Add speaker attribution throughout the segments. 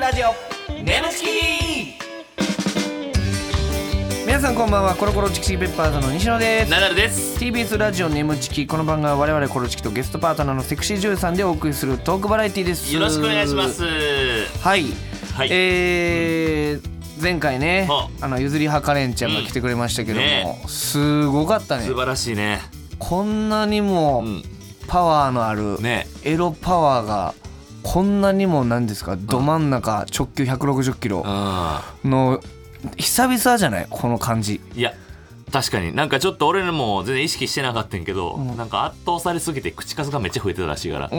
Speaker 1: ラジオネムチキ
Speaker 2: 皆さんこんばんはコロコロチキチキペッパーズの西野です
Speaker 1: ナダルです。
Speaker 2: TBS ラジオネムチキこの番組は我々コロチキとゲストパートナーのセクシー女優さんでお送りするトークバラエティです
Speaker 1: よろしくお願いします。
Speaker 2: はい、
Speaker 1: はい
Speaker 2: えー前回ね、
Speaker 1: は
Speaker 2: あのゆずりはかれんちゃんが来てくれましたけども、
Speaker 1: うんね
Speaker 2: すごかったね
Speaker 1: 素晴らしいね。
Speaker 2: こんなにも
Speaker 1: うん。
Speaker 2: パワーのある、
Speaker 1: ね。
Speaker 2: エロパワーがこんなにも何ですかど真ん中直球160キロ
Speaker 1: あ
Speaker 2: の久々じゃないこの感じ
Speaker 1: あ。いや。確かになんかちょっと俺らも全然意識してなかったんやけど、なんか圧倒されすぎて口数がめっちゃ増えてたらしいから、あ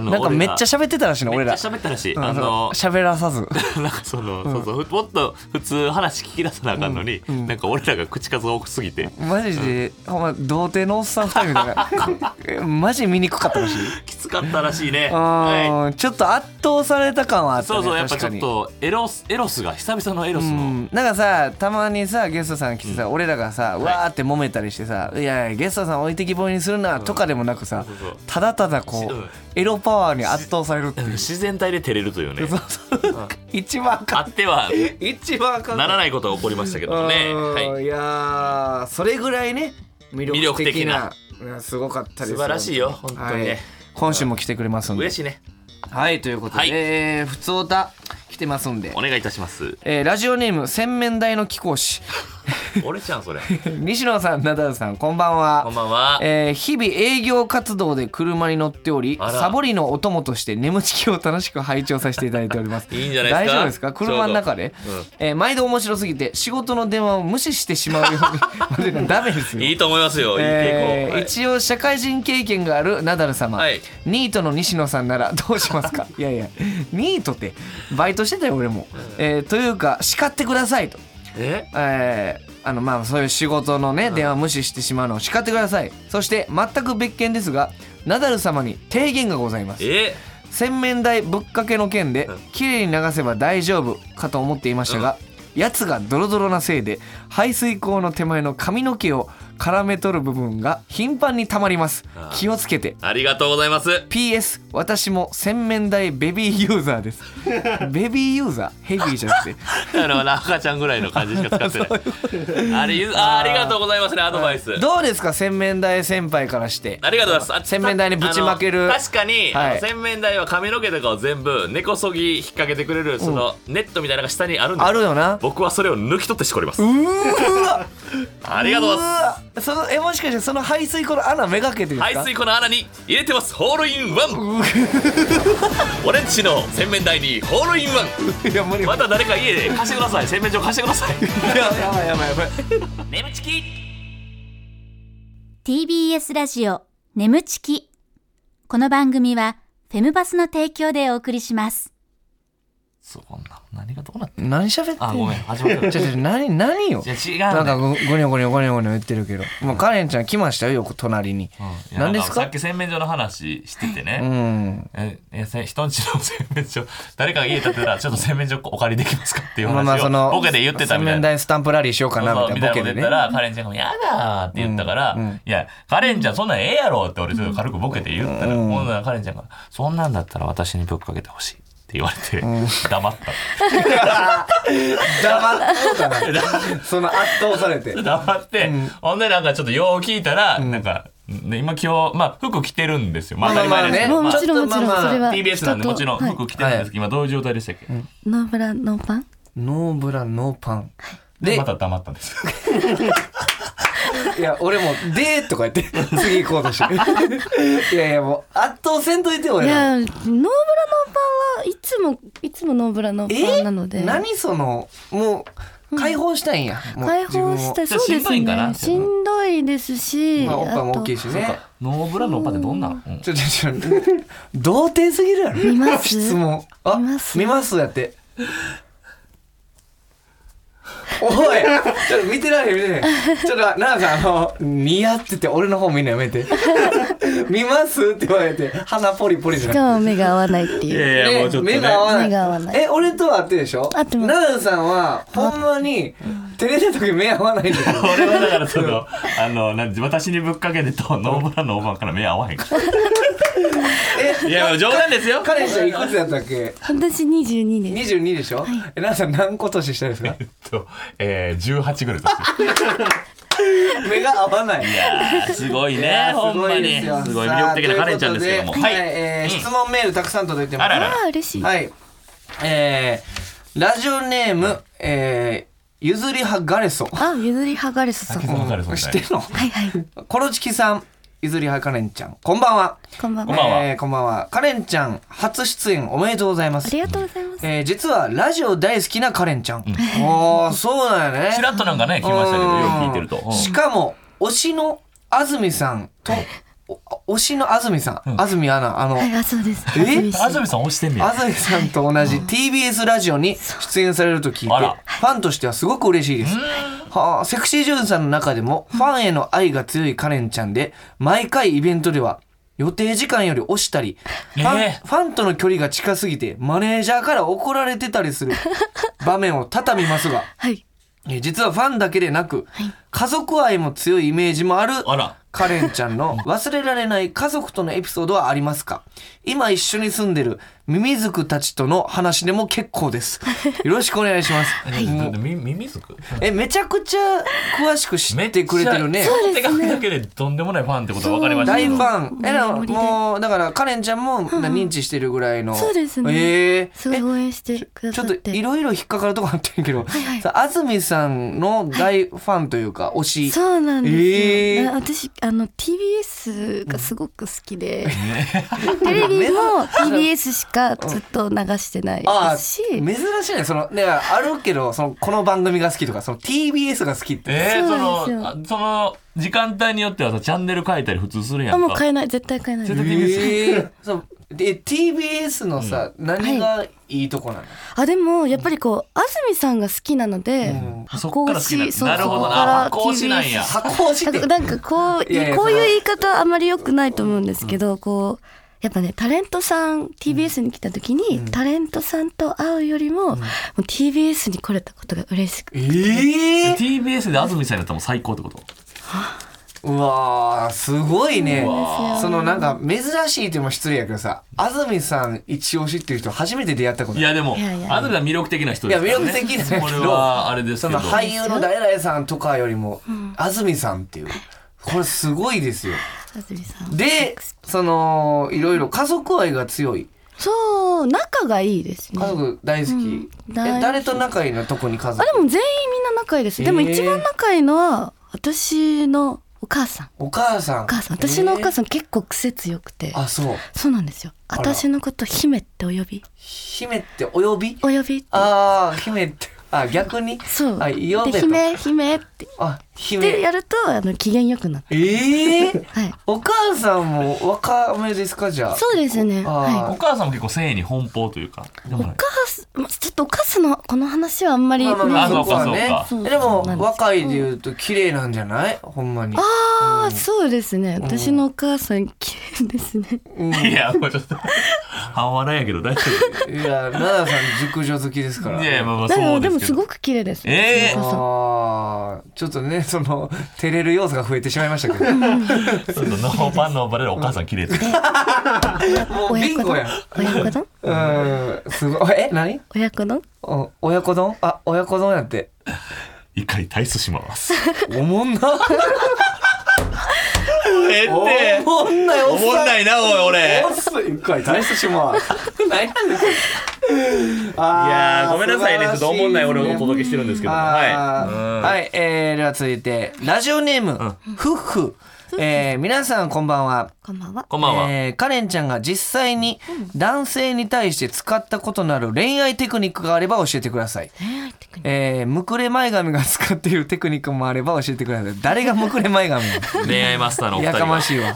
Speaker 1: の
Speaker 2: なんかめっちゃ
Speaker 1: ゃ
Speaker 2: 喋ってたらしいね俺ら
Speaker 1: 喋ったらしい、
Speaker 2: うん
Speaker 1: あの
Speaker 2: 喋ら さず
Speaker 1: なんかその、そうそうふもっと普通話聞き出さなあかんのに、
Speaker 2: うんうん
Speaker 1: なんか俺らが口数多すぎて
Speaker 2: マジでほんま童貞のおっさん2人みた いなマジ見にくかったらしい
Speaker 1: きつかったらしいね、は
Speaker 2: うんちょっと圧倒された感はあっ
Speaker 1: い、
Speaker 2: た
Speaker 1: そ
Speaker 2: ね
Speaker 1: うそうやっぱち
Speaker 2: 確か
Speaker 1: ょっ
Speaker 2: に
Speaker 1: とエロスエロスが久々のエロス
Speaker 2: う
Speaker 1: の、
Speaker 2: ん、なんかさたまにさゲストさん来てさ、俺らがさわーって揉めたりしてさ「い、やいやゲストさん置いてきぼりにするな」とかでもなくさ、
Speaker 1: そうそう
Speaker 2: ただただこう、
Speaker 1: うん
Speaker 2: エロパワーに圧倒されるっていう、
Speaker 1: 自然体で照れるというね
Speaker 2: そうそう一番あ
Speaker 1: あ
Speaker 2: かん
Speaker 1: っては
Speaker 2: 一番あかん
Speaker 1: ならないことが起こりましたけどもね、
Speaker 2: うん
Speaker 1: はい、
Speaker 2: いやーそれぐらいね魅力的なうんすごかったです
Speaker 1: 素晴らしいよ本当にね
Speaker 2: はい今週も来てくれますんで
Speaker 1: 嬉しいね
Speaker 2: はいということで、
Speaker 1: はい
Speaker 2: えー、普通歌来てますんで
Speaker 1: お、願いいたします
Speaker 2: えー、ラジオネーム洗面台の貴公 子
Speaker 1: 俺ちゃんそれ
Speaker 2: 西野さんナダルさんこんばんは
Speaker 1: こんばんは、
Speaker 2: えー日々営業活動で車に乗っており
Speaker 1: あら
Speaker 2: サボりのお供として眠ちきを楽しく拝聴させていただいております
Speaker 1: いいんじゃないですか
Speaker 2: 大丈夫ですか車の中で
Speaker 1: ちょうどうん、
Speaker 2: えー毎度面白すぎて仕事の電話を無視してしま うようにまあダメですよ
Speaker 1: いいと思いますよいい
Speaker 2: え
Speaker 1: 傾向、
Speaker 2: ー
Speaker 1: はい
Speaker 2: 一応社会人経験があるナダル様、
Speaker 1: はい
Speaker 2: ニートの西野さんなら どうしますかいやいやニートってバイトしてたよ俺も、えーというか叱ってくださいと
Speaker 1: え
Speaker 2: えーあのまあそういう仕事のね電話無視してしまうのを叱ってくださいそして全く別件ですがナダル様に提言がございます
Speaker 1: え
Speaker 2: 洗面台ぶっかけの件で
Speaker 1: うん
Speaker 2: 綺麗に流せば大丈夫かと思っていましたが、やつがドロドロなせいで排水口の手前の髪の毛を絡め取る部分が頻繁にたまります
Speaker 1: あー
Speaker 2: 気をつけて
Speaker 1: ありがとうございます
Speaker 2: PS 私も洗面台ベビーユーザーです ベビーユーザーヘビーじゃなくて
Speaker 1: あの赤ちゃんぐらいの感じしか使って ないあれゆずあありがとうございますねアドバイス、
Speaker 2: どうですか洗面台先輩からして
Speaker 1: ありがとうございます。
Speaker 2: 洗面台にぶちまける
Speaker 1: あの確かに、
Speaker 2: はい
Speaker 1: あの洗面台は髪の毛とかを全部根こそぎ引っ掛けてくれる、そのネットみたいなのが下にあるんです
Speaker 2: あるよな
Speaker 1: 僕はそれを抜き取ってしこります。
Speaker 2: うーわ
Speaker 1: ありがとうございます。
Speaker 2: すそのえもしかしてその排水口の穴めがけてですか
Speaker 1: 排水口の穴に入れてます。ホールインワン。俺んちの洗面台にホールインワン。
Speaker 2: いや無理
Speaker 1: また誰か家で貸してください。洗面所貸してください。
Speaker 2: いややばいやばいやばい
Speaker 1: 眠ちき。
Speaker 3: TBS ラジオ眠ちきこの番組はフェムバスの提供でお送りします
Speaker 1: そうこんな何がどうなって。
Speaker 2: 何喋ってんの
Speaker 1: あごめん始まった。
Speaker 2: ちょちょ何何よ
Speaker 1: いや違うね
Speaker 2: なんかごごにょごにょごにょごにょ言ってるけどもうカレンちゃん来ましたよよく隣に
Speaker 1: うんいや
Speaker 2: 何です
Speaker 1: さ
Speaker 2: か
Speaker 1: っき洗面所の話しててね。
Speaker 2: うん
Speaker 1: え、え、せ、人んちの洗面所、誰かが家建てたら、ちょっと洗面所お借りできますかっていう
Speaker 2: まあまあ
Speaker 1: 話
Speaker 2: そ
Speaker 1: を、
Speaker 2: の
Speaker 1: ボケで言ってたみたい
Speaker 2: 洗面
Speaker 1: な。
Speaker 2: 台スタンプラリーしようか
Speaker 1: そう
Speaker 2: な
Speaker 1: そう
Speaker 2: み
Speaker 1: み
Speaker 2: た
Speaker 1: た
Speaker 2: い
Speaker 1: いな
Speaker 2: な
Speaker 1: こ
Speaker 2: ボケ
Speaker 1: と
Speaker 2: で
Speaker 1: 言
Speaker 2: ね
Speaker 1: ったら、カレンちゃんが、やだーって言ったから、
Speaker 2: うんうん
Speaker 1: いや、カレンちゃんそんなんええやろって俺ちょっと軽くボケて言ったら、
Speaker 2: うん
Speaker 1: ほんならカレンちゃんが、そんなんだったら私にぶっかけてほしいって言われて、黙った。
Speaker 2: 黙ったからその圧倒されて
Speaker 1: 黙って、ほんでなんかちょっとよう聞いたら、なんか、ね今今日、まあ服着てるんですよ。まあ当たり前ですけど
Speaker 2: まあま
Speaker 1: まあ
Speaker 2: あね
Speaker 4: もちろんもちろん
Speaker 2: まあ
Speaker 4: それは
Speaker 1: TBS なんでもちろん
Speaker 4: 人と
Speaker 1: 服着てるんですけど、今どういう状態でしたっけ、
Speaker 4: はいノーブラノーパン
Speaker 2: ノーブラノーパンで
Speaker 1: また黙ったん です。
Speaker 2: いや俺も「で」とか言って次行こうとして いやいやもう圧倒せんといて
Speaker 4: い
Speaker 2: 俺ら
Speaker 4: やノーブラノーパンはいつもいつもノーブラノーパ
Speaker 2: え
Speaker 4: ンなので
Speaker 2: 何そのもう解放したいんや、もう
Speaker 4: 解放し
Speaker 2: 自分を
Speaker 4: たそうで
Speaker 1: じゃあしんど
Speaker 4: す
Speaker 1: いんかな
Speaker 4: ねしんどいですし
Speaker 2: まあ、おっぱい
Speaker 4: あ
Speaker 2: も
Speaker 4: と
Speaker 2: 大きいしね
Speaker 1: ノーブラノーパンってどんなん、うん
Speaker 2: ちょちょちょ童貞すぎるやろ
Speaker 4: 見ます
Speaker 2: 質問あ
Speaker 4: 見ます
Speaker 2: 見ますやっておいちょっと見てられへん見てられへんちょっと奈々さんあの似合ってて俺の方見るのやめて見ますって言われて鼻ポリポリじゃ
Speaker 4: し
Speaker 2: な
Speaker 4: かも目が合わないって
Speaker 1: い
Speaker 4: いう
Speaker 1: やいや、もうちょっと、ね。
Speaker 2: 目が合わない
Speaker 4: 目が合わない
Speaker 2: え俺とは合ってるでしょ
Speaker 4: 合ってます
Speaker 2: ナダルさんはほんまに照れた時目合わないんだよ
Speaker 1: 俺はだからその、あの、なん私にぶっかけてと、ノーブラのオーバーから目合わへんから。
Speaker 5: いや冗談ですよ
Speaker 2: 彼氏はいくつだったっけ
Speaker 4: 私22です。
Speaker 2: 22でしょ、えなさん何個年下ですか
Speaker 6: と、えー、18ぐらいです。
Speaker 2: 目が合わない
Speaker 5: すごい
Speaker 2: い
Speaker 5: ね
Speaker 2: やー
Speaker 5: ほんまに
Speaker 2: ですよ
Speaker 5: すごい
Speaker 2: さ
Speaker 5: 魅
Speaker 2: あ
Speaker 5: 力的なカレンちゃんですけども
Speaker 2: ということ
Speaker 5: はい
Speaker 2: はいえー質問メールたくさん届いてます
Speaker 5: あらら
Speaker 4: ああ嬉しい。
Speaker 2: はいえーラジオネームえーゆずりはガレソ
Speaker 4: あ譲りはがれそさん。
Speaker 6: 竹
Speaker 4: は
Speaker 6: 園ガレソみ
Speaker 2: 知
Speaker 6: た
Speaker 2: っ
Speaker 6: い
Speaker 2: て
Speaker 6: な
Speaker 2: るの
Speaker 4: いはい。
Speaker 2: コロチキさんゆずりはカレンちゃんこんばんは
Speaker 4: こんばん
Speaker 5: こんばん
Speaker 4: は。
Speaker 5: は
Speaker 2: えーこんばんはカレンちゃん初出演おめでとうございま
Speaker 4: あ
Speaker 2: す
Speaker 4: りがとうございます。
Speaker 2: えー実はラジオ大好きなカレンちゃん、ああそうだよね
Speaker 5: チラッとなんかね聞きましたけどよく聞いてると
Speaker 2: うん
Speaker 5: うん
Speaker 2: しかも推しの安住さんとお推しの安住さん、安住アナあの
Speaker 4: はい、あそうです。
Speaker 2: え
Speaker 4: 安住氏
Speaker 5: 安住さん押してんねや
Speaker 2: 安住さんと同じ TBS ラジオに出演されると聞い
Speaker 5: あ
Speaker 2: て
Speaker 5: ら
Speaker 2: ファンとしてはすごく嬉しいですはあセクシージュンさんの中でもファンへの愛が強いカレンちゃんで毎回イベントでは予定時間より押したりファン,、
Speaker 5: え
Speaker 2: ファンとの距離が近すぎてマネージャーから怒られてたりする場面を多々見ますが
Speaker 4: はい。
Speaker 2: え実はファンだけでなく家族愛も強いイメージもある
Speaker 5: あら
Speaker 2: カレンちゃ んの忘れられない家族とのエピソードはありますか今一緒に住んでるミミズクたちとの話でも結構 です。よろしくお願いします。もう
Speaker 6: み耳づく
Speaker 2: え、めちゃくちゃ詳しく知ってくれてるね。
Speaker 4: そう
Speaker 5: 手
Speaker 4: で
Speaker 5: 書
Speaker 4: す
Speaker 5: き
Speaker 4: ね
Speaker 5: だけでとんでもないファンってことが分かりました
Speaker 2: 大
Speaker 5: け
Speaker 2: フ
Speaker 5: ど
Speaker 2: ァン。え、な
Speaker 4: 盛りで
Speaker 2: もう、だから、カレンちゃんも認知してるぐらいの。
Speaker 4: そうですね
Speaker 2: えー
Speaker 4: すごい応援してくだ
Speaker 2: ち
Speaker 4: さ
Speaker 2: ょ
Speaker 4: っ。
Speaker 2: ってといろいろ引っかかるとこあってんけど、
Speaker 4: いはい
Speaker 2: さ安住さんの大ファンというか、推し。
Speaker 4: そうなんですよ、
Speaker 2: えー
Speaker 4: な私あの TBS がすごく好きで、 テレビも TBS しかずっと流してない
Speaker 2: ああ
Speaker 4: ですし、
Speaker 2: 珍しいねそのねあるけどそのこの番組が好きとかその TBS が好きって
Speaker 5: えー、そ
Speaker 4: そう
Speaker 5: の
Speaker 4: なん
Speaker 5: あその時間帯によってはさチャンネル変えたり普通するや
Speaker 4: あ
Speaker 5: ん
Speaker 4: もう
Speaker 5: か
Speaker 4: 変えない絶対変えないです、
Speaker 2: えー そうで TBS のさ、何がいいとこなの、
Speaker 4: あでもやっぱりこう安住さんが好きなので、
Speaker 5: そっから好きなんだ
Speaker 4: そう
Speaker 5: なるほどな
Speaker 4: そっから
Speaker 5: 箱推しなんや
Speaker 4: TBS
Speaker 2: 箱推しって
Speaker 4: なんかなんかこう
Speaker 2: いやいや
Speaker 4: こう
Speaker 2: その
Speaker 4: いう言い方はあまり良くないと思うんですけど、こうやっぱねタレントさん TBS に来た時に、タレントさんと会うよりも,、もう TBS に来れたことが嬉しく
Speaker 2: えー、
Speaker 5: TBS で安住さんやったらもう最高ってこと
Speaker 2: うわーすごいね
Speaker 4: ですよ
Speaker 2: そのなんか珍しいっていうのも失礼やけどさ安住さん一押しっていう人初めて出会ったこと
Speaker 5: いやでも
Speaker 4: いやいや
Speaker 5: 安住さん魅力的な人ですから、ね、
Speaker 2: いや魅力的だけど
Speaker 5: これはあれです
Speaker 2: そ
Speaker 5: けど
Speaker 2: の俳優の誰々さんとかよりも安住さんっていうこれすごいですよ
Speaker 4: 安住さん
Speaker 2: でそのいろいろ家族愛が強い
Speaker 4: そう仲がいいですね
Speaker 2: 家族大好き、
Speaker 4: うん大好
Speaker 2: え
Speaker 4: き
Speaker 2: 誰と仲いいの特に家族
Speaker 4: あでも全員みんな仲いいです、でも
Speaker 2: えー
Speaker 4: 一番仲いいのは私のお母さん
Speaker 2: お母さん
Speaker 4: お母さん私のお母
Speaker 2: さ
Speaker 4: さん結構癖強くて、
Speaker 2: あそう
Speaker 4: そうなんですよ
Speaker 2: ら
Speaker 4: 私のこと姫ってお呼び
Speaker 2: 姫ってお呼び
Speaker 4: お呼びって
Speaker 2: ああ姫ってあ逆に
Speaker 4: そう
Speaker 2: あ呼べと
Speaker 4: で姫姫って
Speaker 2: あ
Speaker 4: で
Speaker 2: 姫
Speaker 4: やるとあの機嫌よくなる
Speaker 2: ええー、
Speaker 4: はい
Speaker 2: お母さんも若めですかじゃあ
Speaker 4: そうですね
Speaker 2: あー
Speaker 4: はい
Speaker 5: お母さんも結構誠意に奔放というかでも
Speaker 4: お
Speaker 5: ね
Speaker 4: 母さんまちょっとお母さんのこの話はあんまりね
Speaker 2: まあまあまあ
Speaker 5: あそうか
Speaker 2: そこはね
Speaker 4: そうか
Speaker 2: えでも
Speaker 4: そうなんです
Speaker 2: 若いで言うと綺麗なんじゃないほんまに
Speaker 4: ああそうですね私のお母さん綺麗ですね
Speaker 2: うん、い
Speaker 5: いやもうちょっと半笑いやけど大丈
Speaker 2: や奈々さん熟女好きですか
Speaker 5: 夫
Speaker 2: ら
Speaker 5: いやいやまあまあ
Speaker 4: だから
Speaker 5: そうで
Speaker 4: でも
Speaker 5: すけ
Speaker 4: す
Speaker 5: ど
Speaker 4: ごく綺麗です
Speaker 5: えー
Speaker 4: お母さん
Speaker 2: あーちょっとねその照れる要素が増えてしまいましたけども
Speaker 5: ちょっとノーパンノーバレでお母さん綺麗って
Speaker 2: うビ
Speaker 4: 親
Speaker 2: ン
Speaker 4: 子
Speaker 2: ゴ
Speaker 4: 丼
Speaker 2: やん
Speaker 4: 親子丼
Speaker 2: うんすごいえ何
Speaker 4: 親子丼
Speaker 2: お親子丼あ親子丼やって
Speaker 5: 一回退出します
Speaker 2: おもんな
Speaker 5: え
Speaker 2: お
Speaker 5: って
Speaker 2: もんないお
Speaker 5: お
Speaker 2: っ
Speaker 5: もん
Speaker 2: さん
Speaker 5: ないなおい俺
Speaker 2: おっさん一回大してしまう 何やねんそれ
Speaker 5: い
Speaker 2: あ
Speaker 5: やーごめんなさいねちょっとおもんない俺をお届けしてるんですけどもはい
Speaker 2: あー
Speaker 5: うん
Speaker 2: はい、えー、では続いてラジオネーム、ふっふ、えー、皆さんこんばんは
Speaker 4: こんばんは
Speaker 5: こんばんは、
Speaker 2: えーカレンちゃんが実際に男性に対して使ったことのある恋愛テクニックがあれば教えてください。
Speaker 4: 恋愛テクニック
Speaker 2: えーむくれ前髪が使っているテクニックもあれば教えてください。誰がむくれ前髪や
Speaker 5: 恋愛マス ターのお二
Speaker 2: や
Speaker 5: 人
Speaker 2: かま
Speaker 5: は
Speaker 2: しいわ。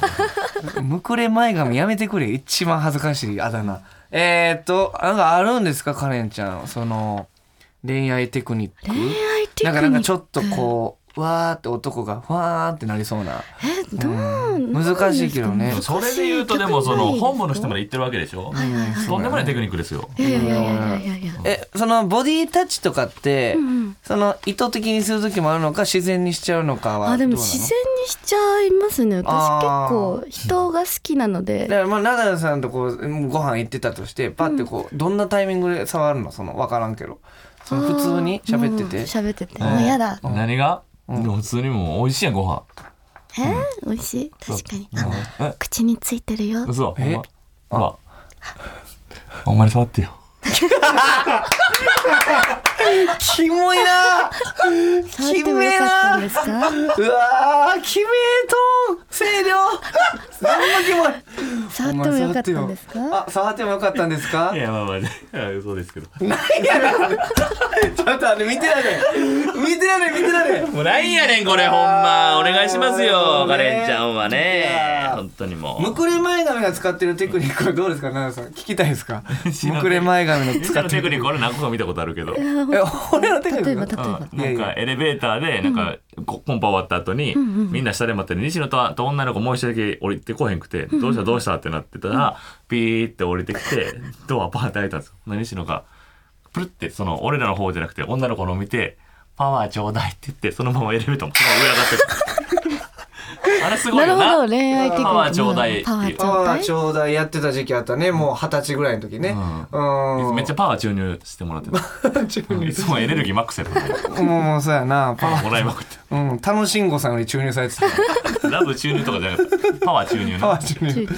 Speaker 2: むくれ前髪やめてくれ。一番恥ずかしいあだ名。えー、っと、なんかあるんですか、カレンちゃん。その、恋愛テクニック。
Speaker 4: 恋愛テクニック
Speaker 2: なんかなんかちょっとこわーって男がファーンってなりそうな
Speaker 4: えどう、
Speaker 2: うん
Speaker 4: なんですか
Speaker 2: 難しいけどね
Speaker 1: それで言うとでもその本部の人まで行ってるわけでしょ
Speaker 4: はいはいはい
Speaker 1: とんでもないテクニックですよ
Speaker 4: いやいやいやいやいやいや
Speaker 2: えそのボディタッチとかって、
Speaker 4: うんうん
Speaker 2: その意図的にする時もあるのか自然にしちゃうのかは
Speaker 4: あでも
Speaker 2: どうなの
Speaker 4: 自然にしちゃいますね私結
Speaker 2: あー
Speaker 4: 構人が好きなの
Speaker 2: だ
Speaker 4: で
Speaker 2: からまあナダルさんとこううんご飯行ってたとしてパッてこう、どんなタイミングで触るのその分からんけどその普通に喋って
Speaker 4: うん
Speaker 2: て、
Speaker 4: 喋ってて
Speaker 1: うん
Speaker 4: もうやだ
Speaker 1: 何がでも普通にもう美味しいやんご飯
Speaker 4: えー美味しい確かにあの
Speaker 1: え
Speaker 4: 口についてるよ
Speaker 1: 嘘
Speaker 2: え
Speaker 1: ほらお前触ってよ
Speaker 2: キモいな
Speaker 4: 触ってもよかったんですか
Speaker 2: うわーキメートーン声量何もキモい
Speaker 4: 触ってもよかったんです
Speaker 2: お前触ってよ
Speaker 4: か
Speaker 2: あ触ってもよかったんですか
Speaker 1: いやまあま あ嘘ですけど
Speaker 2: ないやろちょっとあれ見てられん見てられん見てられん
Speaker 1: もうなんやねんこれほんまお願いしますよ
Speaker 2: ね
Speaker 1: カレンちゃんはいね
Speaker 2: やー
Speaker 1: 本当にもう
Speaker 2: むくれ前髪が使ってるテクニックはどうですか奈々さん聞きたいです か
Speaker 1: 知らん
Speaker 2: むくれ前髪の使
Speaker 1: その
Speaker 2: っ
Speaker 1: テ
Speaker 2: てる
Speaker 1: クニック俺何個か見たことあるけど
Speaker 4: いやほん
Speaker 2: え俺のテクニック
Speaker 4: 例えば例えば
Speaker 1: うんなんかエレベーターでなんかこコンパ終わった後にみんな下で待ってる西野とと女の子もう一人だけ降りてこへんくてどうしたどうしたってなってたらピーって降りてきてドアパーって開いたんですよ。ほんで西野がプルってその俺らの方じゃなくて女の子のを見てパワーちょうだいって言ってそのままエレベーターもその上上がってる。あれすご
Speaker 4: ないる
Speaker 1: よ
Speaker 4: ほど
Speaker 1: な。
Speaker 4: 恋愛的な
Speaker 1: パワーちょうだい
Speaker 4: パワーち
Speaker 2: パ
Speaker 4: ょう
Speaker 2: ワ
Speaker 4: だ
Speaker 2: ー
Speaker 4: い
Speaker 2: ちょうだいやってた時期あったねもう二十歳ぐらいの時ねうん
Speaker 1: めっちゃパワー注入してもらってた。いつもエネルギーマックスやったから
Speaker 2: も うもうそうやなパワ
Speaker 1: もらいまくって
Speaker 2: ーうん楽しんごさんより注入されてた
Speaker 1: ラブ注入とかじゃなくてパワー注入
Speaker 2: パ
Speaker 1: の
Speaker 2: ワー注 入だか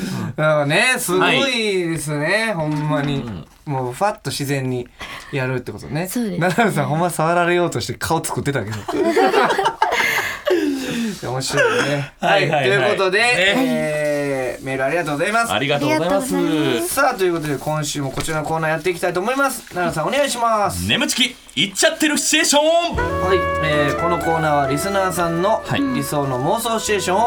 Speaker 2: らねすご
Speaker 1: はい
Speaker 2: ですねほんまに
Speaker 1: ん
Speaker 2: もうファッと自然にやるってことね
Speaker 4: そうですね
Speaker 2: 奈良さんほんま触られようとして顔作ってたけ ど面白いね
Speaker 1: はいはいはい
Speaker 2: ということで
Speaker 1: ね
Speaker 2: えーメールありがとうございます
Speaker 1: ありがとうございます
Speaker 4: ありがとうございま。
Speaker 2: さあということで今週もこちらのコーナーやっていきたいと思います奈良さんお願いします
Speaker 1: 眠ちき行っちゃってるシチュエーション
Speaker 2: はい、えーこのコーナーはリスナーさんの
Speaker 1: はい
Speaker 2: 理想の妄想シチュエーション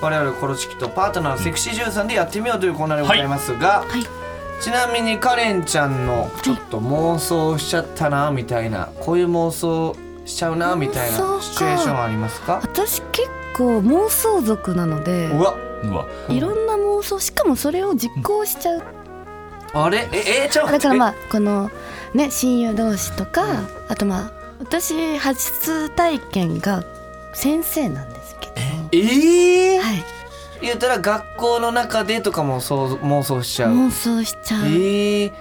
Speaker 2: を我々コロチキとパートナーのセクシージュンさんでやってみようというコーナーでございますが、
Speaker 4: い
Speaker 2: ちなみにカレンちゃんのちょっと妄想しちゃったなみたいなこういう妄想しちゃうなみたい
Speaker 4: 妄想
Speaker 2: な
Speaker 4: か
Speaker 2: シチュエーションはありますか
Speaker 4: 私結構妄想族なので
Speaker 2: うわ
Speaker 1: うわ
Speaker 4: いろんな妄想しかもそれを実行しちゃう
Speaker 2: あれええちょ
Speaker 4: だからま
Speaker 2: あ
Speaker 4: あこのね親友同士とかあとまあ私初体験が先生なんですけど
Speaker 2: ええ
Speaker 4: はい
Speaker 2: 言うたら学校の中でとかもそう妄想しちゃう、
Speaker 4: 妄想しちゃう
Speaker 2: ええ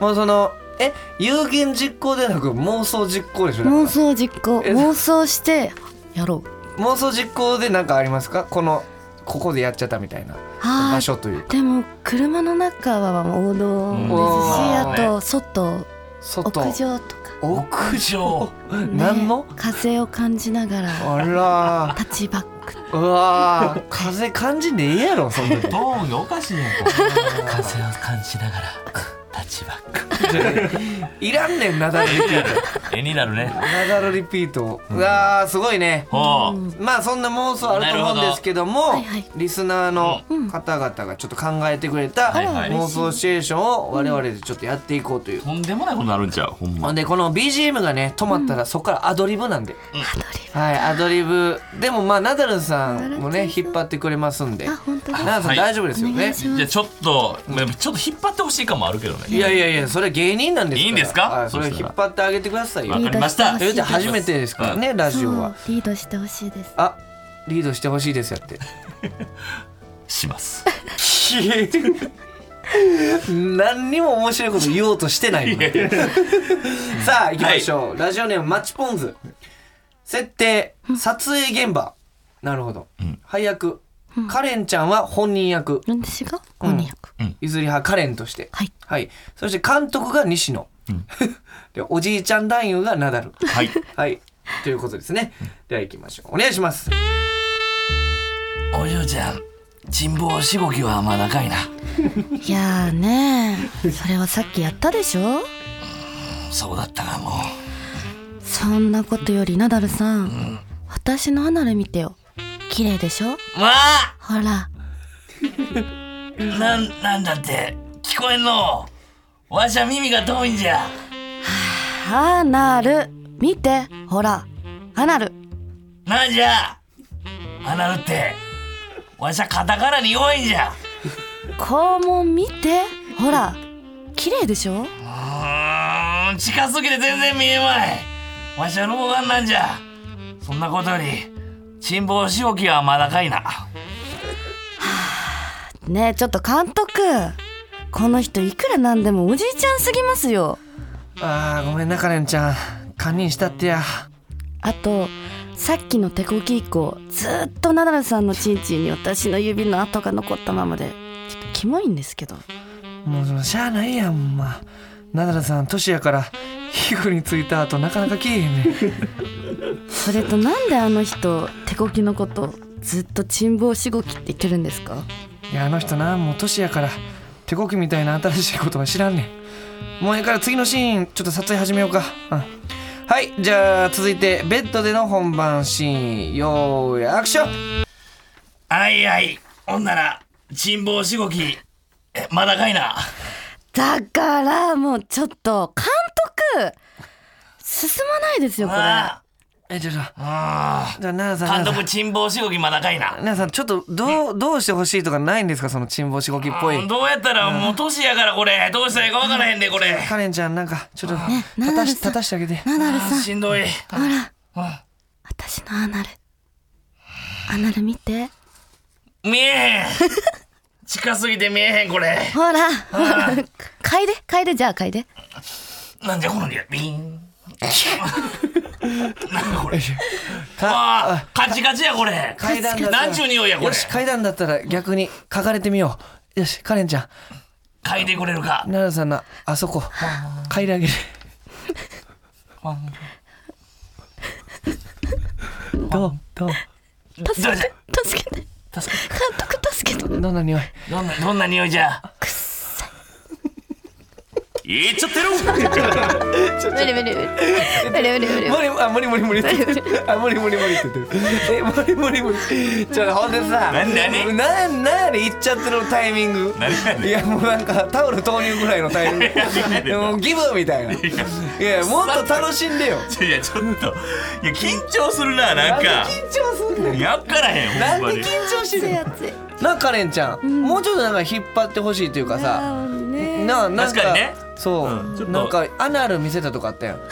Speaker 2: もうそのえ有言実行でなく妄想実行でしょだから
Speaker 4: 妄想実行
Speaker 2: え
Speaker 4: 妄想してやろう
Speaker 2: 妄想実行で何かありますかこのここでやっちゃったみたいな
Speaker 4: あ
Speaker 2: 場
Speaker 4: ー
Speaker 2: 所というか
Speaker 4: でも車の中は王道ですし
Speaker 2: うん
Speaker 4: あと外
Speaker 2: 外
Speaker 4: 屋上とか
Speaker 2: 屋上
Speaker 4: ね
Speaker 2: 何の
Speaker 4: 風を感じながら
Speaker 2: あら
Speaker 4: タッチバック
Speaker 2: うわー風感じねえやろそんな
Speaker 1: トーンがおかしいやん風を感じながら立ちバック
Speaker 2: いらんねんナダルリピー
Speaker 1: 絵になるね
Speaker 2: トナダルリピートうわーすごいね
Speaker 1: ほ
Speaker 4: うん
Speaker 2: まあそんな妄想あると思うんですけども
Speaker 4: なるほどはいはい
Speaker 2: リスナーの方々がちょっと考えてくれた
Speaker 1: はいはい
Speaker 2: 妄想シチュエーションを我々でちょっとやっていこうという
Speaker 1: うとんでもないことになるんちゃうほん
Speaker 2: ほ
Speaker 1: ま
Speaker 2: んでこの BGM がね止まったらそこからアドリブなんで、
Speaker 4: アドリ
Speaker 2: はいアドリブでもまあナダルさんもね
Speaker 4: ナダルさん
Speaker 2: 引っ張ってくれますんで
Speaker 4: ブあ
Speaker 2: ナ
Speaker 4: 本当だ
Speaker 2: ダルさ
Speaker 1: は
Speaker 2: ん
Speaker 1: い
Speaker 2: 大丈夫ですよ
Speaker 4: お願
Speaker 2: ね
Speaker 4: いし
Speaker 1: じゃあちょっとまあちょっと引っ張ってほしい感もあるけどね
Speaker 2: いやいやいやそれ芸人なんですから
Speaker 1: いいんですか
Speaker 2: はいそれ
Speaker 1: そした
Speaker 2: 引
Speaker 1: ら
Speaker 2: っ張ってあげてくださいよ
Speaker 1: わかりました
Speaker 2: えだって初めてですからねラジオは
Speaker 4: そうリードしてほしいです
Speaker 2: あリードしてほしいですやって
Speaker 1: します
Speaker 2: 何にも面白いこと言おうとしてないのさあ行きましょう、ラジオネームマッチポンズ設定撮影現場なるほど、配役カレンちゃんは本人役
Speaker 4: 私が翻訳、
Speaker 2: ゆずり派カレンとして
Speaker 4: はい
Speaker 2: はいそして監督が西野、 でおじいちゃん男優がナダル
Speaker 1: はい
Speaker 2: はいということですねでは行きましょうお願いします
Speaker 1: お嬢ちゃん人望しごきはまだかいない
Speaker 4: やーねーそれはさっきやったでしょ
Speaker 1: そうだったかも
Speaker 4: そんなことよりナダルさん、私の離れ見てよ綺麗でしょ
Speaker 1: うわあ
Speaker 4: ほら
Speaker 1: なんなんだって聞こえんのわしゃ耳が遠いんじゃ
Speaker 4: 離る見てほら離る
Speaker 1: なんじゃあなるってわしゃカタカナに弱いんじゃ
Speaker 4: 肛門見てほら綺麗でしょ
Speaker 1: うーん近すぎて全然見えまいわしゃ老眼なんじゃそんなことより辛抱しおきはまだかいな
Speaker 4: ねえちょっと監督この人いくらなんでもおじいちゃんすぎますよ
Speaker 2: あーごめんなカレンちゃん堪忍したってや
Speaker 4: あとさっきの手こき以降ずっとナダルさんのチンチンに私の指の跡が残ったままでちょっとキモいんですけど
Speaker 2: もうそのしゃあないやんほんまナダルさん年やから皮膚についた後なかなか消えへんねん
Speaker 4: それとなんであの人手こきのことずっと珍乏しごきって言ってるんですか
Speaker 2: いやあの人なもう年やから手こきみたいな新しいことは知らんねんもうええから次のシーンちょっと撮影始めようか、うん、はいじゃあ続いてベッドでの本番シーンよーいアクション
Speaker 1: はいはいほんなら辛抱しごきえまだかいな
Speaker 4: だからもうちょっと監督進まないですよこれ
Speaker 1: あ
Speaker 2: えちょっと
Speaker 1: ーあ
Speaker 2: じゃあナダルさ
Speaker 1: ー
Speaker 2: ん
Speaker 1: 監
Speaker 2: ナダル
Speaker 1: 督辛抱しごきまだかいな
Speaker 2: さんナダルさんちょっとどうどうしてほしいとかないんですかその沈没しごきっぽい
Speaker 1: どうやったらもう年やからこれどうしたらいいか分からへんでこれ
Speaker 2: カレンちゃんなんかちょっと
Speaker 4: ナ
Speaker 2: 立
Speaker 4: ダ
Speaker 2: た
Speaker 4: ル
Speaker 2: し
Speaker 4: さん
Speaker 2: 立たしてあげて
Speaker 4: ナダルさん
Speaker 1: しんどい
Speaker 4: 私のアナルアナル見て
Speaker 1: 見えへん近すぎて見えへんこれ
Speaker 4: ほらほら嗅いで嗅いでじゃあ嗅いで
Speaker 1: なんじゃこの匂いビーンなんだこれ
Speaker 2: か
Speaker 1: あーカチカチやこれ
Speaker 2: 階段だったら
Speaker 1: なんちゅう匂いやこれ
Speaker 2: よし階段だったら逆に書かれてみようよしカレンちゃ
Speaker 1: 嗅いでくれるか
Speaker 2: ん奈良さんのあそこ嗅いであげるどうどう
Speaker 4: 助け
Speaker 1: どう
Speaker 4: て助けて監督助けて
Speaker 2: どんな匂い
Speaker 1: どんなどんな匂いじゃ
Speaker 5: 言っちゃってる
Speaker 4: 無理無理無理無理無理無理
Speaker 2: 無理あ無理無理無理って言ってるあ無理無理無理って言ってるえ無理無理無理ちょっとほんでさ
Speaker 5: 何何
Speaker 2: ななんやねん言っちゃってるタイミングいやもうなんかタオル投入ぐらいのタイミングもうギブみたいないやもっと楽しんでよ
Speaker 5: いやちょっといや緊張するななんか
Speaker 2: 緊張すんねん
Speaker 5: やっからへん
Speaker 2: な
Speaker 5: ほ
Speaker 2: ん
Speaker 5: んま
Speaker 2: で緊
Speaker 5: に
Speaker 2: 張してる
Speaker 4: 熱い熱い
Speaker 2: なあカレンちゃん、もうちょっとなんか引っ張ってほしいというかさ
Speaker 4: あーね
Speaker 2: なあなん
Speaker 5: 確かにね
Speaker 2: そう、
Speaker 5: うんちょっと
Speaker 2: なんかアナル見せたとかあったやん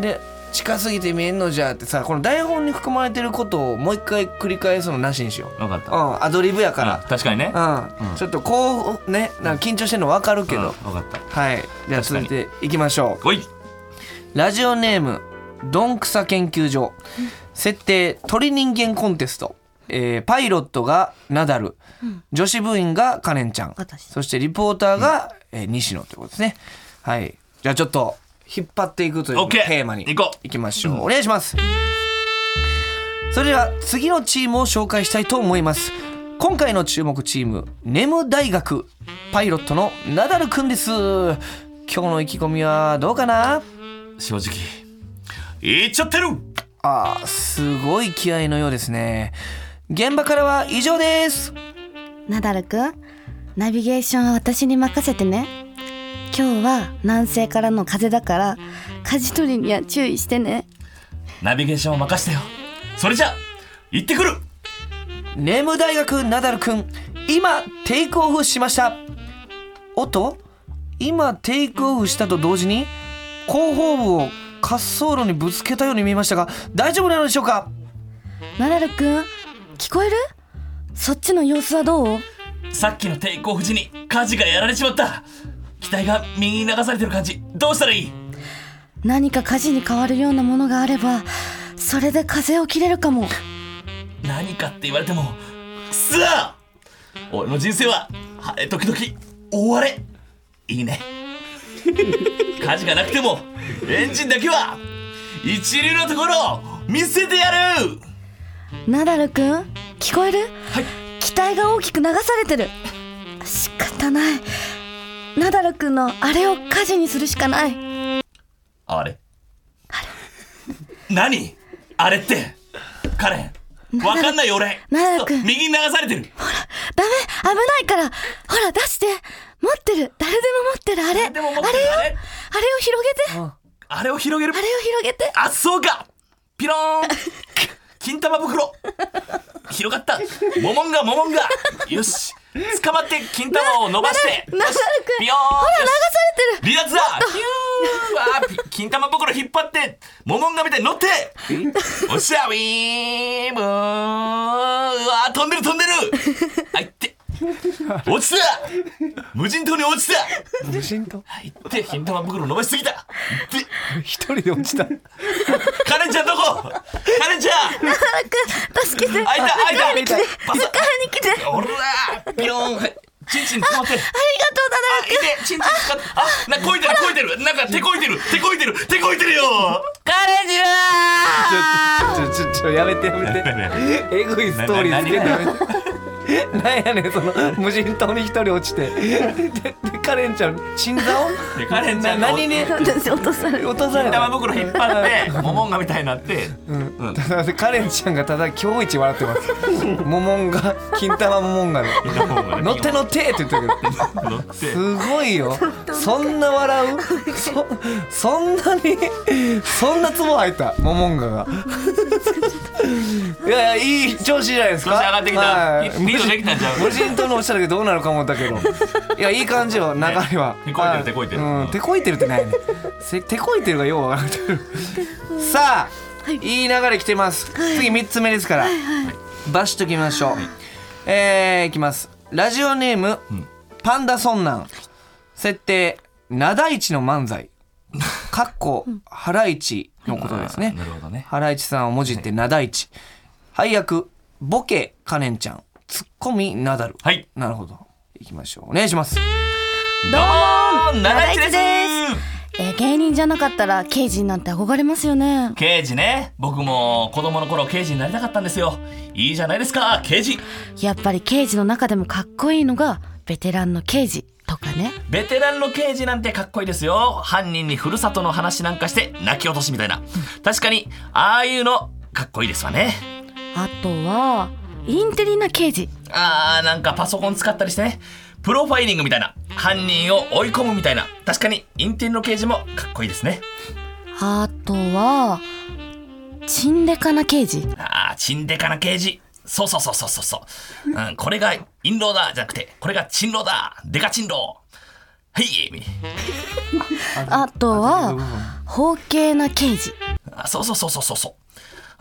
Speaker 2: で近すぎて見えんのじゃってさこの台本に含まれてることをもう一回繰り返すのなしにしよう
Speaker 5: 分かっ
Speaker 2: う
Speaker 5: た
Speaker 2: んアドリブやか
Speaker 5: うん確かにね
Speaker 2: らうん、ちょっとこうねなんか緊張してるの分かるけど、
Speaker 5: 分かった
Speaker 2: はいじゃ
Speaker 5: 確か
Speaker 2: あ続い
Speaker 5: に
Speaker 2: ていきましょう
Speaker 5: おい
Speaker 2: ラジオネームどんくさ研究所設定鳥人間コンテスト、えーパイロットがナダル、女子部員がカレンちゃん
Speaker 4: 私
Speaker 2: そしてリポーターが、えー西野ということですねはいじゃあちょっと引っ張っていくという
Speaker 5: OK
Speaker 2: テーマに
Speaker 5: 行こう
Speaker 2: いきましょう、お願いしますそれでは次のチームを紹介したいと思います今回の注目チームネム大学パイロットのナダルくんです今日の意気込みはどうかな
Speaker 5: 正直言っちゃってる
Speaker 2: あーすごい気合のようですね現場からは以上です
Speaker 4: ナダルくんナビゲーションは私に任せてね今日は南西からの風だから舵取りには注意してね
Speaker 1: ナビゲーションを任せてよそれじゃ行ってくる
Speaker 2: ネム大学ナダルくん今テイクオフしましたおっと今テイクオフしたと同時に後方部を滑走路にぶつけたように見えましたが大丈夫なのでしょうか
Speaker 4: ナダルくん聞こえるそっちの様子はどう
Speaker 1: さっきのテイクオフ時に火事がやられちまった機体が右に流されてる感じどうしたらいい
Speaker 4: 何か舵に変わるようなものがあればそれで風を切れるかも
Speaker 1: 何かって言われてもさあ俺の人生は晴れ時々大荒れいいね 火事がなくてもエンジンだけは一流のところを見せてやる
Speaker 4: ナダルくん聞こえる
Speaker 1: はい
Speaker 4: 機体が大きく流されてる仕方ないナダルくんのあれを舵にするしかない
Speaker 1: あれ何あれってカレンわかんないよ俺
Speaker 4: ナダル君
Speaker 1: 右に流されてる
Speaker 4: ダメ危ないからほら出して持ってる誰でも持ってるあれ
Speaker 1: 誰でも持ってる
Speaker 4: あ
Speaker 1: あ
Speaker 4: れよ
Speaker 1: れ
Speaker 4: あれを広げてあれを
Speaker 1: あれを広げる
Speaker 4: 広げて
Speaker 1: あそうかピローン金玉袋広がったモモンガモモンガよし捕まって金玉を伸ばして
Speaker 4: なる
Speaker 1: ビヨーンほら流されてる離脱だヒューあーピ金玉袋引っ張ってモモンガみたいに乗っておっしゃウィーブーンうわー飛んでる飛んでるあいって落ちた無人島に落ちた
Speaker 2: 無人島
Speaker 1: あいって金玉袋伸ばしすぎたいって
Speaker 2: 一人で落ちた
Speaker 1: カレンちゃんどこカレンちゃん
Speaker 4: くん助けて
Speaker 1: 開いた開いた
Speaker 4: 迎えに来て
Speaker 1: パ
Speaker 4: 迎
Speaker 1: ス
Speaker 4: えに来てありがとう
Speaker 1: おらーピローンチンチン詰まってるあ、い
Speaker 4: 奈良くん
Speaker 1: て、チンチン使って、あ、な、こいてる、こいてる、なんか、手こいてる、手こいてる、手こいてるよ。カレンジは。
Speaker 2: ちょちょちょやめてやめてえぐいストーリーつけてやめてなんやねんその無人島に一人落ちてででカレンちゃん心臓
Speaker 1: でカレンちゃんが
Speaker 2: な何に
Speaker 4: 私落とされる
Speaker 2: 落とされ
Speaker 1: 玉
Speaker 2: た
Speaker 1: 袋引っ張って、モモンガみたいになって。
Speaker 2: うん、ただカレンちゃんがただ今日一笑っ てますモモンガ金玉モモンガで乗って乗ってって言ってるけど
Speaker 1: 乗って。
Speaker 2: すごいよそんな笑うそそんなにそんなツボ入ったモモン ガがいやいやいい調子じゃないです
Speaker 1: 調
Speaker 2: か
Speaker 1: 子上がってきた。
Speaker 2: は
Speaker 1: リ
Speaker 2: い
Speaker 1: ードできたんじゃん。
Speaker 2: 無人島のおっしゃるけどどうなるかもだ けどいやいい感じよ流れは
Speaker 1: 手こいてる
Speaker 2: は
Speaker 1: 手こいてる
Speaker 2: うん手こいてるってないねせ手こいてるがようわからん けどさあいい流れ来てます次三つ目ですからバシッときましょうえーいきますラジオネームパンダソンナン設定灘一の漫 才かっこハライチのことですね
Speaker 1: なるほどね。
Speaker 2: ハライチさんをもじってナダイチ。配役、ボケ、カレンちゃん。ツッコミ、ナダル。
Speaker 1: はい。
Speaker 2: なるほど。いきましょう。お願いします。
Speaker 1: どうも、長市です。
Speaker 4: えー芸人じゃなかったら刑事になんて憧れますよね
Speaker 1: 刑事ね、僕も子供の頃刑事になりたかったんですよ。いいじゃないですか、刑事。
Speaker 4: やっぱり刑事の中でもかっこいいのがベテランの刑事とかね
Speaker 1: ベテランの刑事なんてかっこいいですよ犯人にふるさとの話なんかして泣き落としみたいな確かにああいうのかっこいいですわね
Speaker 4: あとはインテリな刑事
Speaker 1: あーなんかパソコン使ったりしてねプロファイリングみたいな犯人を追い込むみたいな確かにインテリの刑事もかっこいいですね
Speaker 4: あとはチンデカな刑事
Speaker 1: あーチンデカな刑事そうそうそうそうそうそう、うん、これが陰謀だじゃなくてこれが珍謀だデカ珍謀はいエミ
Speaker 4: あとは包茎な刑事
Speaker 1: あそうそうそうそうそうそう。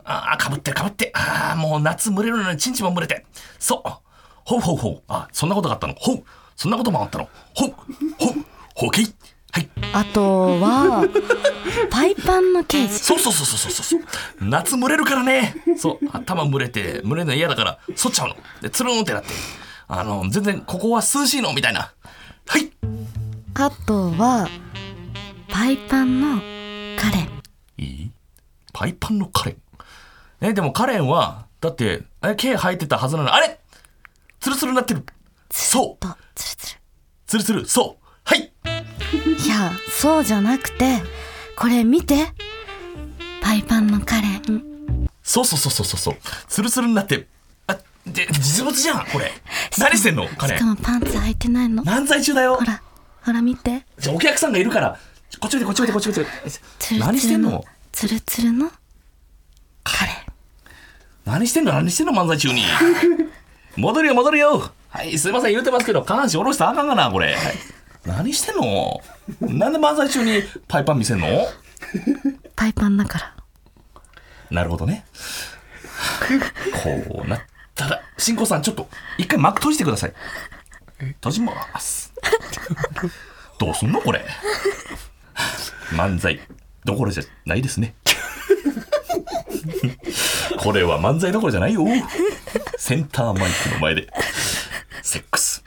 Speaker 1: ああ、かぶってるかぶって。ああ、もう夏蒸れるのにチンチンも蒸れて。そう。ほうほうほう。あそんなことがあったの。ほう。そんなこともあったの。ほう。ほう。ほうけい。はい。
Speaker 4: あと はパイパンの刑事
Speaker 1: そうそうそうそうそうそう。夏蒸れるからね。そう。頭蒸れて、蒸れるの嫌だから、そっちゃうの。で、つるんってなって。あの、全然、ここは涼しいのみたいな。はい。
Speaker 4: あとはパイパンのカレン
Speaker 1: いいパイパンのカレン。ね、でもカレンは、だって、え毛生えてたはずなのに。あれツルツルになってる。そう。
Speaker 4: とツルツル
Speaker 1: ツルツル、そう。はい。
Speaker 4: いや、そうじゃなくて、これ見て。パイパンのカレン。
Speaker 1: そうそうそうそうそうそう。ツルツルになって。あ、で、実物じゃん、これ。何してんの、カレ
Speaker 4: しか
Speaker 1: ン。
Speaker 4: もパンツ履いてないの。ほ
Speaker 1: 漫才中だよ。
Speaker 4: ら、ほら見て。
Speaker 1: じゃあお客さんがいるから。こっちおいで、こっちおいで、こっちおいで。
Speaker 4: ツルツルの
Speaker 1: 何してんの
Speaker 4: ツルツルのカレン。
Speaker 1: 何してんの何してんの漫才 中に。戻るよ、戻るよ。はい、すいません、言うてますけど、下半身下ろしたらあかんがな、これ。はい何してんのなんで漫才中にパイパン見せんの
Speaker 4: パイパンだから。
Speaker 1: なるほどね。こうなったら、しんこさん、ちょっと、一回幕閉じてください。閉じます。どうすんのこれ。漫才どころじゃないですね。これは漫才どころじゃないよ。センターマイクの前で、セックス。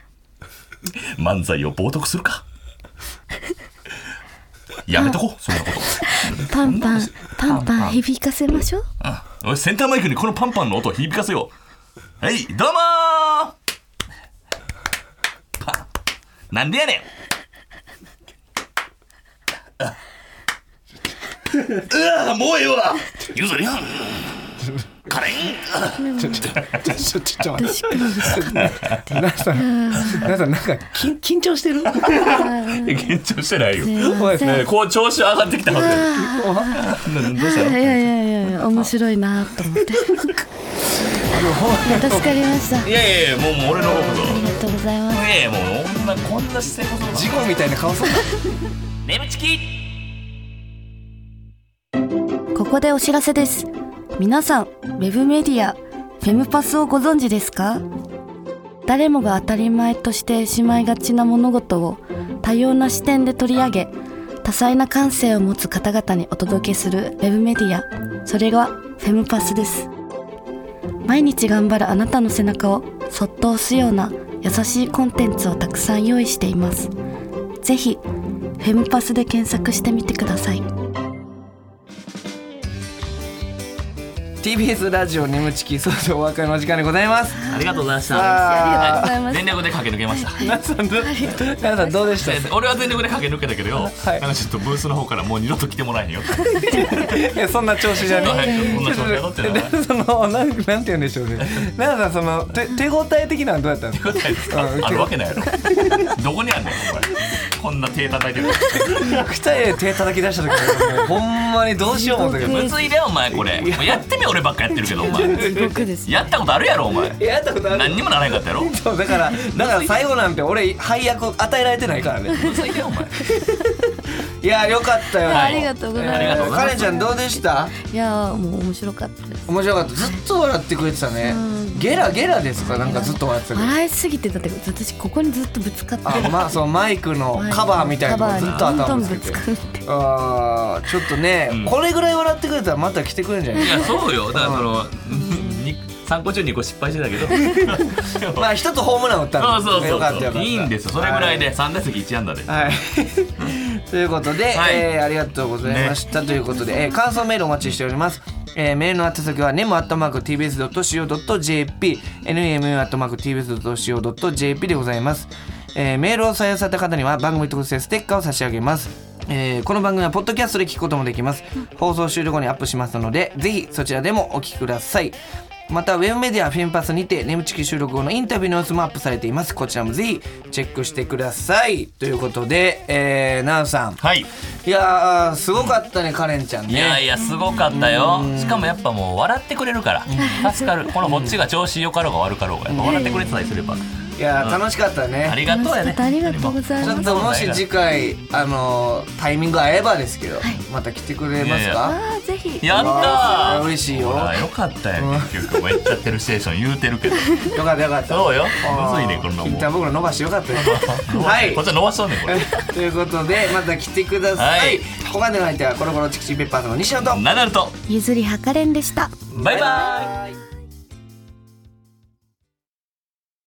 Speaker 1: 漫才を冒涜するか。やめとこう、そんなこと。
Speaker 4: パンパン、パン
Speaker 1: パン
Speaker 4: パ
Speaker 1: パ
Speaker 4: ン
Speaker 1: ン
Speaker 4: 響かせましょ う。
Speaker 1: うんおいセンターマイクにこのパンパンの音を響かせよう。はい、どうもーパン。なんでやねん。あうわもうええわ譲るよカレン
Speaker 2: ちょちょちょちょ待って。皆さん、皆さんなんか緊緊張してる。
Speaker 5: 緊張してないよ。
Speaker 2: そうです
Speaker 5: ねこう調子上がってきたはずや
Speaker 4: いやいやいやいや面白いなと思って助かりましたあ
Speaker 1: いやいやいやもうもう俺の方こ
Speaker 4: りがとうございます
Speaker 1: そねえもうこんなこんな姿勢こそ
Speaker 2: 事故みたいな顔すんな。
Speaker 1: 眠ちき
Speaker 4: ここでお知らせです。皆さん、ウェブメディア、フェムパスをご存知ですか誰もが当たり前としてしまいがちな物事を多様な視点で取り上げ、多彩な感性を持つ方々にお届けするウェブメディア、それがフェムパスです。毎日頑張るあなたの背中をそっと押すような優しいコンテンツをたくさん用意しています。ぜひ、フェムパスで検索してみてください。
Speaker 2: TBS ラジオ眠ちきそろそろお別れの時間でございます。
Speaker 1: ありがとうございまし
Speaker 2: あ
Speaker 4: りがとうございます
Speaker 1: 全力で駆け抜けました
Speaker 2: 皆さんど皆さんどうでした。
Speaker 1: 俺は全力で駆け抜けたけどよ、
Speaker 2: はい
Speaker 1: なんかちょっとブースの方からもう二度と来てもらえへ んよって
Speaker 2: いやそんな調子じゃ
Speaker 1: ちょっと早
Speaker 2: ね。
Speaker 1: くこんな状態になってるな
Speaker 2: でそのなんなんて言うんでしょうね。皆さんその手手応え的なのはどうやったんですか。
Speaker 1: 答えですか
Speaker 2: うん
Speaker 1: あるわけないやろどこにあんねんお前こんな手叩い てる
Speaker 2: 二人で手叩き出した時はねほんまにどうしよう思ったけど。
Speaker 1: むずいでお前これもうやってみ俺ばっかやってるけどお前
Speaker 4: 僕です
Speaker 1: やったことあるやろお前
Speaker 2: いややったことある。
Speaker 1: 何にもならへんかったやろ
Speaker 2: そうだからだから最後なんて俺配役与えられてないからね。
Speaker 1: むずいでお前
Speaker 2: いやよかったよ。
Speaker 1: はい
Speaker 4: ありがとうございます。
Speaker 1: ありがとうございます
Speaker 2: カレンちゃんどうでした
Speaker 4: いやーもう面白かったです
Speaker 2: 面白かったずっと笑ってくれてたね
Speaker 4: うん
Speaker 2: ゲラゲラですかなんかずっと笑ってたけど
Speaker 4: 笑いすぎてだって私ここにずっとぶつかって
Speaker 2: あまあそのマイクのカバーみたいなの
Speaker 4: カ
Speaker 2: を
Speaker 4: バー
Speaker 2: ず
Speaker 4: に
Speaker 2: っと頭
Speaker 4: どん
Speaker 2: ぶ
Speaker 4: どんぶ
Speaker 2: つ
Speaker 4: つ
Speaker 2: けて
Speaker 4: かって
Speaker 2: あーちょっとね、
Speaker 1: うん
Speaker 2: これぐらい笑ってくれたらまた来てくれるんじゃな い
Speaker 1: いやそうよだからそのに参考中に個失敗してたけど
Speaker 2: まあ一つホームラン打った
Speaker 1: そ
Speaker 2: の
Speaker 1: うそう
Speaker 2: よかった
Speaker 1: そ
Speaker 2: よか
Speaker 1: う
Speaker 2: った
Speaker 1: いいんですよそれぐらいで3打席1安打で
Speaker 2: はいという ことで、
Speaker 1: はい
Speaker 2: えーありがとうございました、ということで、えー感想メールお待ちしております、えーメールの宛先は nemu.tbs.co.jp nemu.tbs.co.jp でございます、えーメールを採用された方には番組特製ステッカーを差し上げますえーこの番組はポッドキャストで聞くこともできます放送終了後にアップしますのでぜひそちらでもお聞きくださいまたウェブメディアフェンパスにて眠ちき収録後のインタビューの様子もアップされていますこちらもぜひチェックしてくださいということで、えー、なおさん
Speaker 1: はい
Speaker 2: いやーすごかったねカレンちゃん
Speaker 1: いや
Speaker 2: ね
Speaker 1: いやすごかったよしかもやっぱもう笑ってくれるから助かるこのこっちが調子よかろうが悪かろうがやっぱ笑ってくれてたりすれば
Speaker 2: いやー楽しかった
Speaker 1: あ
Speaker 2: ね
Speaker 1: りがとうやね
Speaker 4: ありがとうござい
Speaker 2: ちょっ
Speaker 4: ます
Speaker 2: ともし次回あのータイミング合えばですけど、また来てくれま
Speaker 1: いやい
Speaker 2: すか
Speaker 1: や
Speaker 4: あーぜひ
Speaker 1: やった
Speaker 2: わあ
Speaker 1: ー
Speaker 2: 嬉しいよ
Speaker 1: ほらよかったよ結局もうやっちゃってるステーション言うてるけど
Speaker 2: よかったよかった
Speaker 1: そうよ
Speaker 2: あー
Speaker 1: むずいねこんなも
Speaker 2: 一旦
Speaker 1: ん
Speaker 2: 僕ら伸ばしてよかったよはい
Speaker 1: こっちは伸ばしとんねんこれ
Speaker 2: ということでまた来てください、
Speaker 1: はい
Speaker 2: ここまでの相手はコロコロチキチキペッパーズの西野と
Speaker 1: ナダルと
Speaker 4: ゆずりはかれんでした
Speaker 1: バイバイ
Speaker 2: イ